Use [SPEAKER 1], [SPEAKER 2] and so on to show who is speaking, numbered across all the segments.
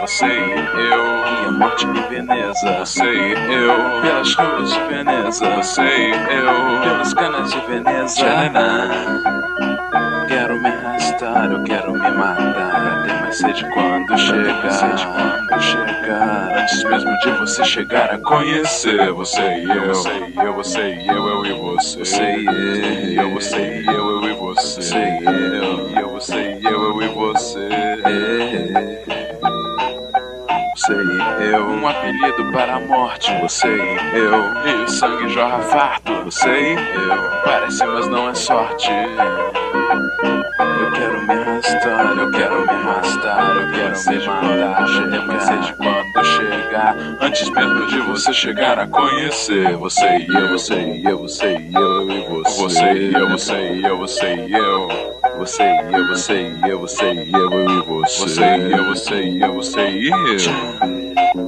[SPEAKER 1] Você e eu e a morte de Veneza. Você e eu pelas ruas de Veneza. Você e eu pelas canas de Veneza. Quero me arrastar, eu quero me matar. Até mais sede quando chegar. Sede quando chegar. Antes mesmo de você chegar a conhecer. Você e eu, você e eu, você e eu, eu e você. Você e eu, você e eu, eu e você. Você e eu, eu, você e eu, eu e você. Você e eu, um apelido para a morte. Você e eu, e o sangue jorra farto. Você e eu, parece, mas não é sorte. Eu quero me arrastar, eu quero me arrastar, eu quero ser de quando chegar, ser de quando chegar, antes mesmo de você chegar a conhecer. Você e eu, você e eu, você e eu e você. Você e eu, você e eu, você e eu. Você e eu, você e eu, você e eu eu e você. Você e eu, você e eu, você e eu.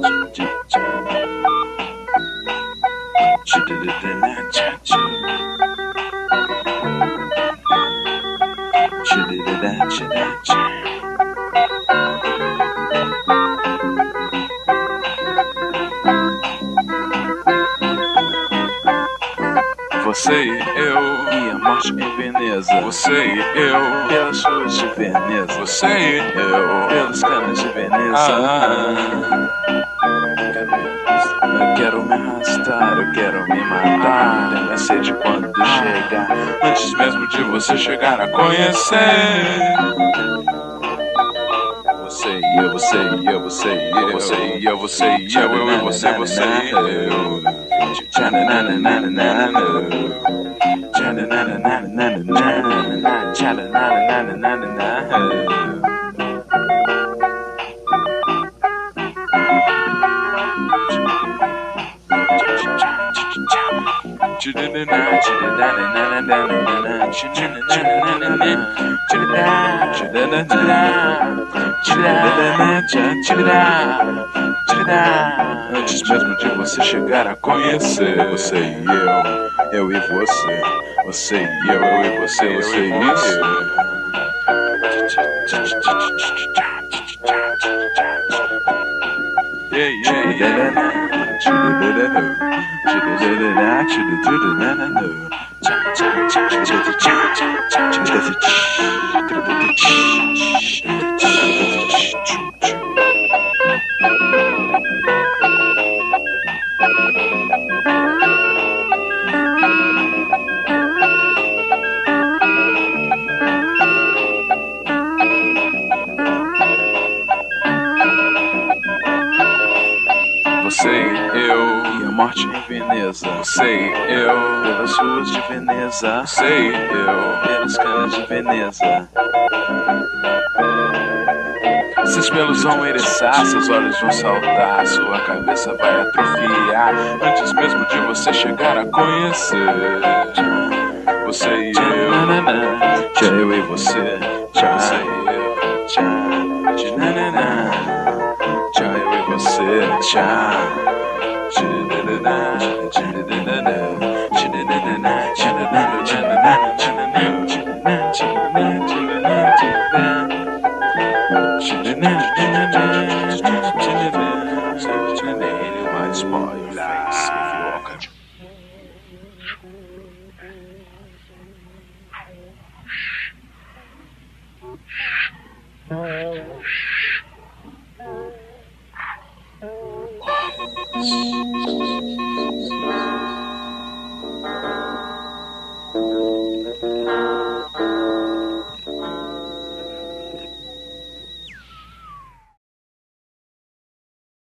[SPEAKER 1] Você e eu e a morte em Veneza. Você e eu pelas ruas de Veneza. Você e eu pelas canas de Veneza. Ah. Eu quero me arrastar, eu quero me matar. Até mais sede quando chegar. Antes mesmo de você chegar a conhecer. Você e eu, você e eu, você e eu, você e eu, você e eu, eu e você, você e eu. Antes mesmo de você chegar a conhecer, você e eu, eu e você, você e eu, eu e você, você e eu. Yeah, yeah, Você e eu e a morte em Veneza. Você e eu pelas ruas de Veneza. Você e eu pelas canas de Veneza. Seus pelos vão ereçar, seus olhos vão saltar, sua cabeça vai atrofiar antes mesmo de você chegar a conhecer. Você e eu, tchau eu e você, tchau você e eu, tchau, tchau, Tchau, eu e você, tchau. Tchidididá, tchidididá, tchidididá, tchididá, tchididá, tchididá, tchididá, tchididá, tchididá. Ele vai spoil your face if you walk at
[SPEAKER 2] Não é o.